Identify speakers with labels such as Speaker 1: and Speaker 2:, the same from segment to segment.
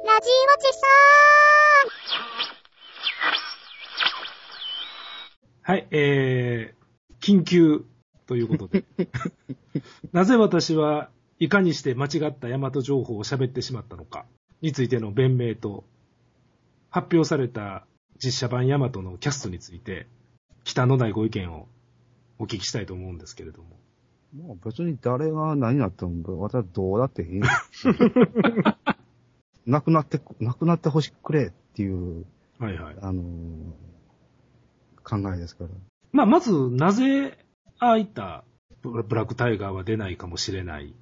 Speaker 1: ちさ
Speaker 2: はい、えー、緊急ということ で。なぜ私はいかにして間違った大和情報を喋ってしまったのかについての弁明と、発表された実写版大和のキャストについて、北のないご意見をお聞きしたいと思うんですけれども。
Speaker 3: もう別に誰が何やっても、私はどうだっていい。なくなって、なくなってほしくれっていう、
Speaker 2: はいはい。
Speaker 3: あのー考えですから。
Speaker 2: まあ、まず、なぜ、ああいったブラブラックタイガーは出ないかもしれない。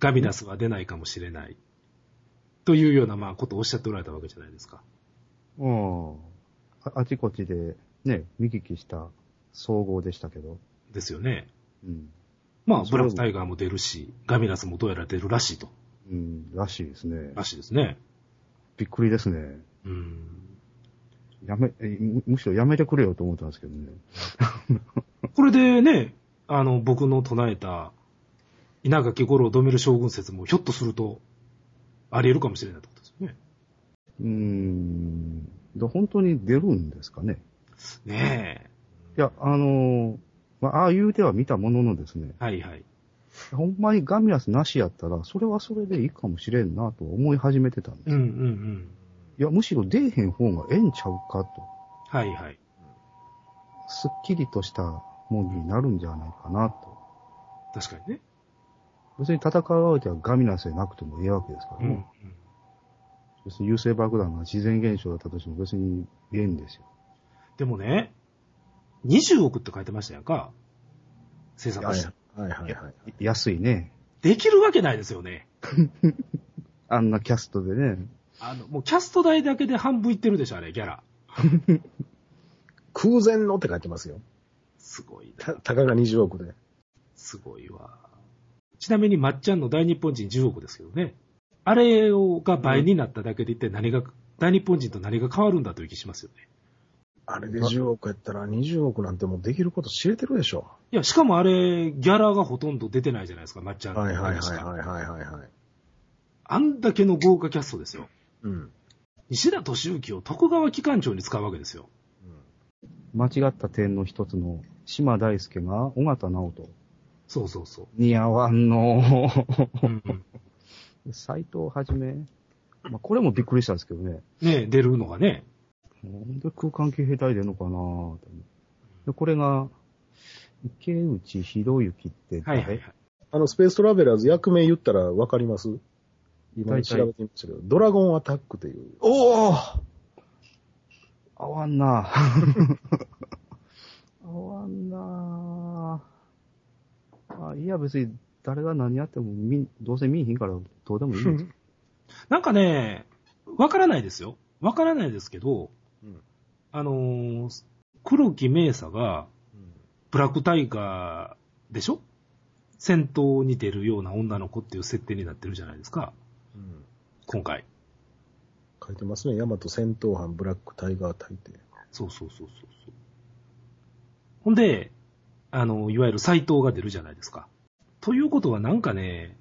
Speaker 2: ガビダスは出ないかもしれない。というような、まあ、ことをおっしゃっておられたわけじゃないですか。
Speaker 3: うん。ああちこちで、ね、見聞きした総合でしたけど。
Speaker 2: ですよね。
Speaker 3: うん。
Speaker 2: まあ、
Speaker 3: そう
Speaker 2: ブラックタイガーも出るし、ガビダスもどうやら出るらしいと。
Speaker 3: うん、らしいですね。
Speaker 2: らしいですね。
Speaker 3: びっくりですね。
Speaker 2: うん。
Speaker 3: やめ、えむむしろやめてくれよと思ったんですけどね。
Speaker 2: これでね、あの、僕の唱えた、稲垣五郎を止める将軍説も、ひょっとすると、あり得るかもしれないってことですよね。
Speaker 3: うーん。で本当に出るんですかね。
Speaker 2: ね
Speaker 3: いや、あのーまあ、ああいう手は見たもののですね、
Speaker 2: え。はいはい。
Speaker 3: ほんまにガミラスなしやったら、それはそれでいいかもしれんなと思い始めてたんで
Speaker 2: うんうんうん。
Speaker 3: す。いや、むしろ出えへん方がええんちゃうかと。
Speaker 2: はいはい。
Speaker 3: すっきりとしたものになるんじゃないかなと。
Speaker 2: 確かにね。
Speaker 3: 別に戦う相手はガミラスでなくてもええわけですから
Speaker 2: う
Speaker 3: ね。
Speaker 2: ん。
Speaker 3: 別に優勢爆弾が自然現象だったとしても別にええんですよ。
Speaker 2: でもね、20億って書いてましたやんか。制作
Speaker 4: はい
Speaker 2: 費
Speaker 4: はいはいはい。
Speaker 3: 安いね。
Speaker 2: できるわけないですよね。
Speaker 3: あんなキャストでね、
Speaker 2: あの、もうキャスト代だけで半分いってるでしょ、あれ、ギャラ。
Speaker 4: 空前のって書いてますよ。
Speaker 2: すごい
Speaker 4: た、
Speaker 2: な。
Speaker 4: たかが20億で。
Speaker 2: すごいわ。ちなみに、まっちゃんの大日本人10億ですけどね。あれをが倍になっただけで一体何が、大日本人と何が変わるんだという気しますよね。
Speaker 4: あれで10億やったら20億なんてもうできること知れてるでしょ。
Speaker 2: いや、しかもあれ、ギャラがほとんど出てないじゃないですか、まっちゃんの
Speaker 4: はいはいはい
Speaker 2: 話が
Speaker 4: はいはいはいはい。
Speaker 2: あんだけの豪華キャストですよ。
Speaker 4: うん。
Speaker 2: 西田敏行を徳川機関長に使うわけですよ。
Speaker 3: 間違った点の一つの島大輔が尾形直人。
Speaker 2: そうそうそう。
Speaker 3: 似合わんの。
Speaker 2: うん
Speaker 3: 斎藤はじめ。まあ、これもびっくりしたんですけどね。
Speaker 2: ね、出るのがね。
Speaker 3: なんで空間騎兵隊出んのかなぁとで、これが、池内博之って
Speaker 2: は
Speaker 3: 誰、
Speaker 2: いはいはい。
Speaker 4: あの、スペーストラベラーズ役名言ったらわかります今
Speaker 3: 大体
Speaker 4: 調べてみましたけど、ドラゴンアタックという。
Speaker 3: おお合わんな ぁ合わんなぁあ、いや別に誰が何やってもみん、どうせ見えへんからどうでもいいん ですよ。
Speaker 2: なんかね、わからないですよ。わからないですけど、
Speaker 4: うん
Speaker 2: あのー黒木明佐がブラックタイガーでしょ戦闘に出るような女の子っていう設定になってるじゃないですか。
Speaker 4: うん
Speaker 2: 今回。
Speaker 4: 書いてますね。ヤマト戦闘班ブラックタイガー大帝。
Speaker 2: そうそうそうそうそう。ほんで、あの、いわゆる斎藤が出るじゃないですか。ということはなんかね、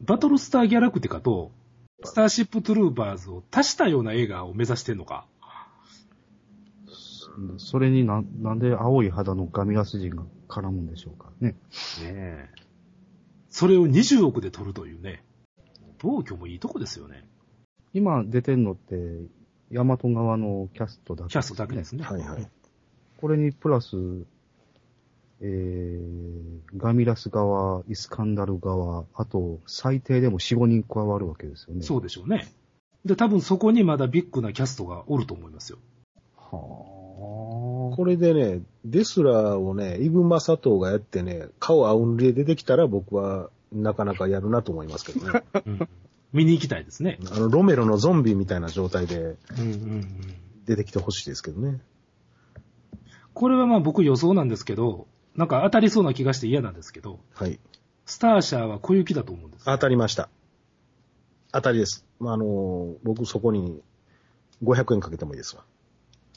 Speaker 2: バトルスターギャラクティカと、スターシップトゥルーバーズを足したような映画を目指してんのか。
Speaker 3: それにな、なんで青い肌のガミラス人が絡むんでしょうかね。
Speaker 2: ねえ。それを20億で取るというね。同居もいいとこですよね。
Speaker 3: 今出てんのって、ヤマト側のキャストだけ、
Speaker 2: キャストだけですね。
Speaker 4: はいはい。
Speaker 3: これにプラス、えー、ガミラス側、イスカンダル側、あと、最低でも4、5人加わるわけですよね。。
Speaker 2: そううでしょうね。で、多分そこにまだビッグなキャストがおると思いますよ。
Speaker 3: は
Speaker 4: これでね、デスラーをね、イブマサトウがやってね、顔あうんりで出てきたら僕はなかなかやるなと思いますけどね。
Speaker 2: うん、見に行きたいですね。
Speaker 4: あの、ロメロのゾンビみたいな状態で
Speaker 2: うんうんうん。
Speaker 4: 出てきてほしいですけどね。
Speaker 2: これはまあ僕予想なんですけど、なんか当たりそうな気がして嫌なんですけど、
Speaker 4: はい。
Speaker 2: スターシャーは小雪だと思うんです。
Speaker 4: 当たりました。当たりです。まあ、あの、僕そこに500円かけてもいいですわ。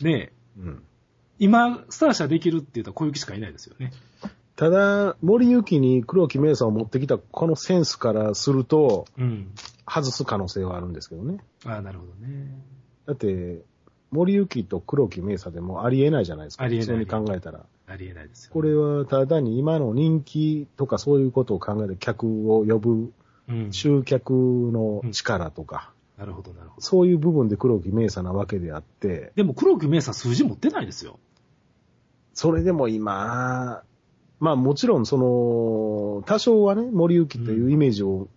Speaker 2: ねえ
Speaker 4: うん。
Speaker 2: 今、スターシャーできるって言ったら小雪しかいないですよね。
Speaker 4: ただ、森行に黒木明さんを持ってきたこのセンスからすると、
Speaker 2: うん。
Speaker 4: 外す可能性はあるんですけどね。
Speaker 2: ああ、なるほどね。
Speaker 4: だって、森行と黒木明佐でもありえないじゃないですか。
Speaker 2: ありえない
Speaker 4: 普通に考えたら。
Speaker 2: ありえないですよ、
Speaker 4: これはただ単に今の人気とかそういうことを考える客を呼ぶ
Speaker 2: うん、
Speaker 4: 集客の力とか、
Speaker 2: なるほど、なるほど。
Speaker 4: そういう部分で黒木明佐なわけであって、
Speaker 2: でも黒木明さ数字持ってないですよ。
Speaker 4: それでも今、まあもちろんその、多少はね、森行というイメージを、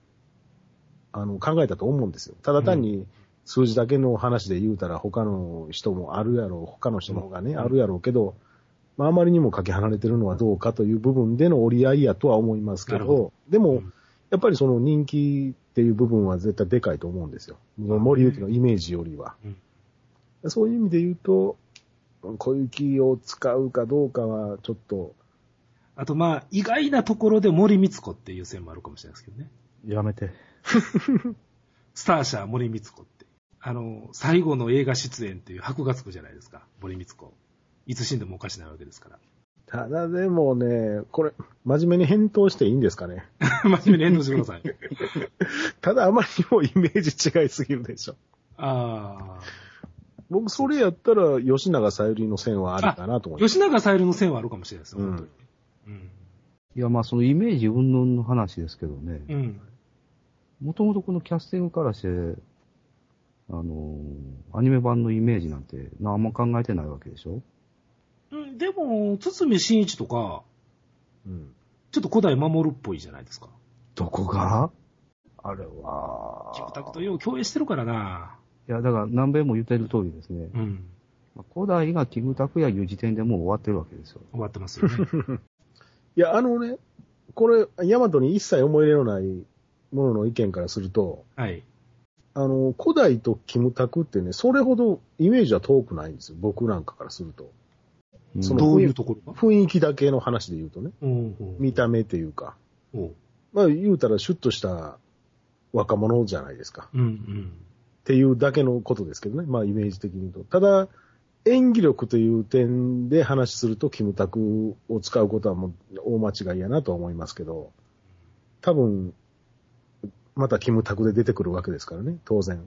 Speaker 4: あの考えたと思うんですよ。ただ単に数字だけの話で言うたら他の人もあるやろう、他の人の方がね、
Speaker 2: うん
Speaker 4: あるやろうけど、まああまりにもかけ離れてるのはどうかという部分での折り合いやとは思いますけ
Speaker 2: な
Speaker 4: ど、
Speaker 2: るほ
Speaker 4: でも、
Speaker 2: うん
Speaker 4: やっぱりその人気っていう部分は絶対でかいと思うんですよ。森行のイメージよりは。そういう意味で言うと、小雪を使うかどうかはちょっと、
Speaker 2: あとまあ、意外なところで森光子っていう線もあるかもしれないですけどね。
Speaker 3: やめて。
Speaker 2: スターシャー森光子って。あの、最後の映画出演っていう箔がつくじゃないですか、森光子。いつ死んでもおかしないわけですから。
Speaker 4: ただでもね、これ、真面目に返答していいんですかね。
Speaker 2: 真面目に返答してください。
Speaker 4: ただあまりにもイメージ違いすぎるでしょ。
Speaker 2: あ
Speaker 4: 僕、それやったら、吉永小百合の線はありかなと
Speaker 2: あ。
Speaker 4: 思います。
Speaker 2: 吉永小百合の線はあるかもしれないですよ、
Speaker 4: うん
Speaker 2: 本当に。
Speaker 3: いや、まあそのイメージ云々の話ですけどね。
Speaker 2: うん。うん。
Speaker 3: もともとこのキャスティングからして、あのーアニメ版のイメージなんて何も考えてないわけでしょ
Speaker 2: うん、でも、堤真一とか、
Speaker 4: うん
Speaker 2: ちょっと古代守るっぽいじゃないですか。
Speaker 3: どこがあれは、
Speaker 2: キムタクとよう共演してるからな。
Speaker 3: いや、だから南米も言ってる通りですね。
Speaker 2: うん。
Speaker 3: まあ古代がキムタクやいう時点でもう終わってるわけですよ。
Speaker 2: 終わってますよね。
Speaker 4: いや、あのね、これ、ヤマトに一切思い入れのないものの意見からすると、
Speaker 2: はい。
Speaker 4: あの、古代とキムタクってね、それほどイメージは遠くないんですよ。僕なんかからすると。
Speaker 3: うん
Speaker 4: その
Speaker 2: どういうところが
Speaker 4: 雰囲気だけの話で言うとね、見
Speaker 2: 見
Speaker 4: た目っていうか。
Speaker 2: おう
Speaker 4: まあ言うたらシュッとした若者じゃないですか。
Speaker 2: うんうん。
Speaker 4: っていうだけのことですけどね。まあイメージ的に言うと。ただ、演技力という点で話すると、キムタクを使うことはもう大間違いやなとは思いますけど、多分、またキムタクで出てくるわけですからね、当然。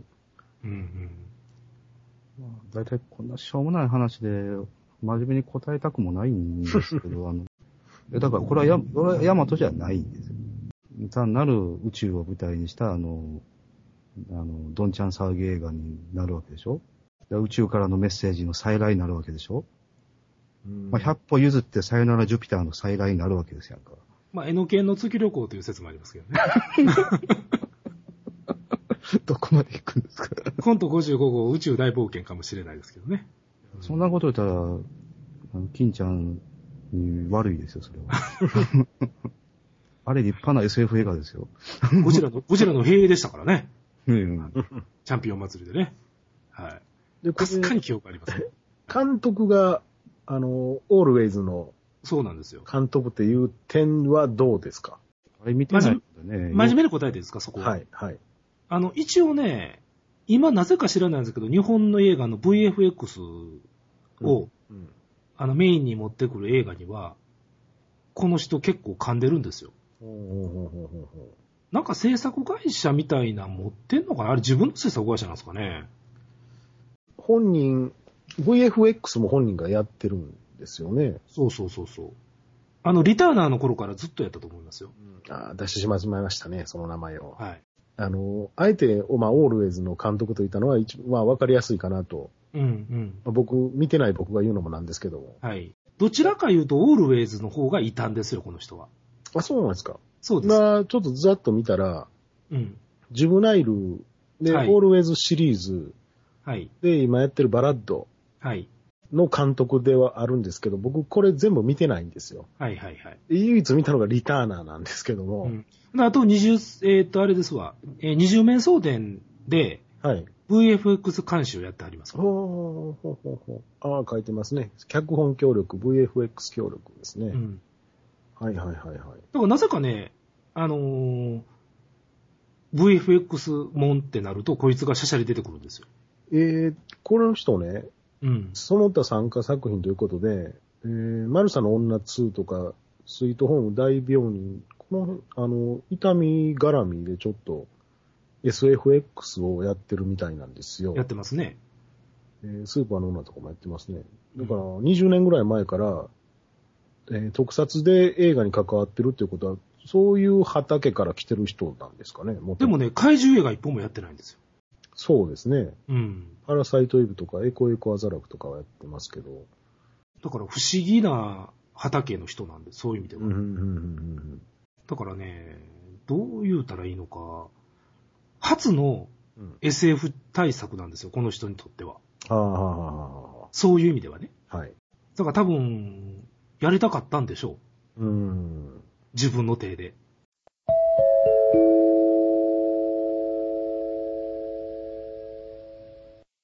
Speaker 2: うんうん。
Speaker 3: まあ大体こんなしょうもない話で、真面目に答えたくもないんですけ ど、あの、いやだからこれはや、これはヤマトじゃないんですよ。単なる宇宙を舞台にした、あの、あの、どんちゃん騒ぎ映画になるわけでしょで宇宙からのメッセージの再来になるわけでしょ、まあ、100歩譲ってさよならジュピターの再来になるわけですやんか。
Speaker 2: まあ、エノケンの月旅行という説もありますけどね。
Speaker 3: どこまで行くんですか
Speaker 2: コント55号宇宙大冒険かもしれないですけど ね。
Speaker 3: そんなこと言ったら、あの、金ちゃんに悪いですよ、それは。 あれ立派な SF 映画ですよ。
Speaker 2: ゴジラの、ゴジラの兵でしたからね。
Speaker 3: うん。
Speaker 2: チャンピオン祭りでね。はい。
Speaker 4: で、こ
Speaker 2: かすか
Speaker 4: れ
Speaker 2: に記憶あります ね。
Speaker 4: 監督が、あの、オールウェイズの
Speaker 2: そうなんですよ。
Speaker 4: 監督っていう点はどうですか
Speaker 3: あれ見てないんだね。
Speaker 2: 真面目に答えていいですか、そこは。
Speaker 4: はい、はい。
Speaker 2: あの、一応ね、今なぜか知らないんですけど、日本の映画の VFX を、
Speaker 4: うん
Speaker 2: あの、メインに持ってくる映画には、この人結構噛んでるんですよ。
Speaker 4: ほうほうほうほうほうほう
Speaker 2: なんか制作会社みたいなの持ってんのかなあれ自分の制作会社なんですかね
Speaker 4: 本人、VFX も本人がやってるんですよね。
Speaker 2: そうそうそうそう。あの、リターナーの頃からずっとやったと思いますよ。
Speaker 4: あー出してしまいましたね、その名前を。
Speaker 2: はい。
Speaker 4: あの、あえて、まあ、オールウェイズの監督と言ったのは、一まあ、わかりやすいかなと。
Speaker 2: うんうん。
Speaker 4: まあ僕、見てない僕が言うのもなんですけども。
Speaker 2: はい。どちらか言うと、オールウェイズの方が異端ですよ、この人は。
Speaker 4: あ、そうなんですか。
Speaker 2: そうです。
Speaker 4: まあ、ちょっとざっと見たら、
Speaker 2: うん。
Speaker 4: ジュブナイルで、
Speaker 2: はい
Speaker 4: オールウェイズシリーズ
Speaker 2: はい。
Speaker 4: で、今やってるバラッド
Speaker 2: はい。
Speaker 4: の監督ではあるんですけど、僕、これ全部見てないんですよ。
Speaker 2: はいはいはい。
Speaker 4: 唯一見たのがリターナーなんですけども。
Speaker 2: うん。あと、二十、えーっと、あれですわ。えー二十面相伝で、
Speaker 4: はい。
Speaker 2: VFX 監修をやってありますから
Speaker 4: ほうほうほうほう。ああ、書いてますね。脚本協力、VFX 協力ですね。
Speaker 2: うん。
Speaker 4: はいはいはいはい。
Speaker 2: だからなぜかね、あのー VFX もんってなると、こいつがシャシャリ出てくるんですよ。
Speaker 4: えー、この人ね、
Speaker 2: うん。
Speaker 4: その他参加作品ということで、えー、マルサの女2とか、スイートホーム大病人、この、あの、痛み絡みでちょっと SFX をやってるみたいなんですよ。
Speaker 2: やってますね。
Speaker 4: えースーパーの女とかもやってますね。だから、20年ぐらい前から、えー特撮で映画に関わってるっていうことは、そういう畑から来てる人なんですかね。も
Speaker 2: でも
Speaker 4: ね。
Speaker 2: ね、怪獣映画一本もやってないんですよ。
Speaker 4: そうですね。
Speaker 2: うん。
Speaker 4: パラサイトイブとか、エコエコアザラクとかはやってますけど。
Speaker 2: だから不思議な畑の人なんで、そういう意味では。
Speaker 4: うんうんうんうん
Speaker 2: だからね、どう言うたらいいのか、初の
Speaker 4: うんうん。
Speaker 2: SF 対策なんですよ、この人にとっては。
Speaker 4: ああ、は
Speaker 2: そういう意味ではね。
Speaker 4: あはい。
Speaker 2: だから多分、やりたかったんでしょう。
Speaker 4: うん。
Speaker 2: 自分の手で。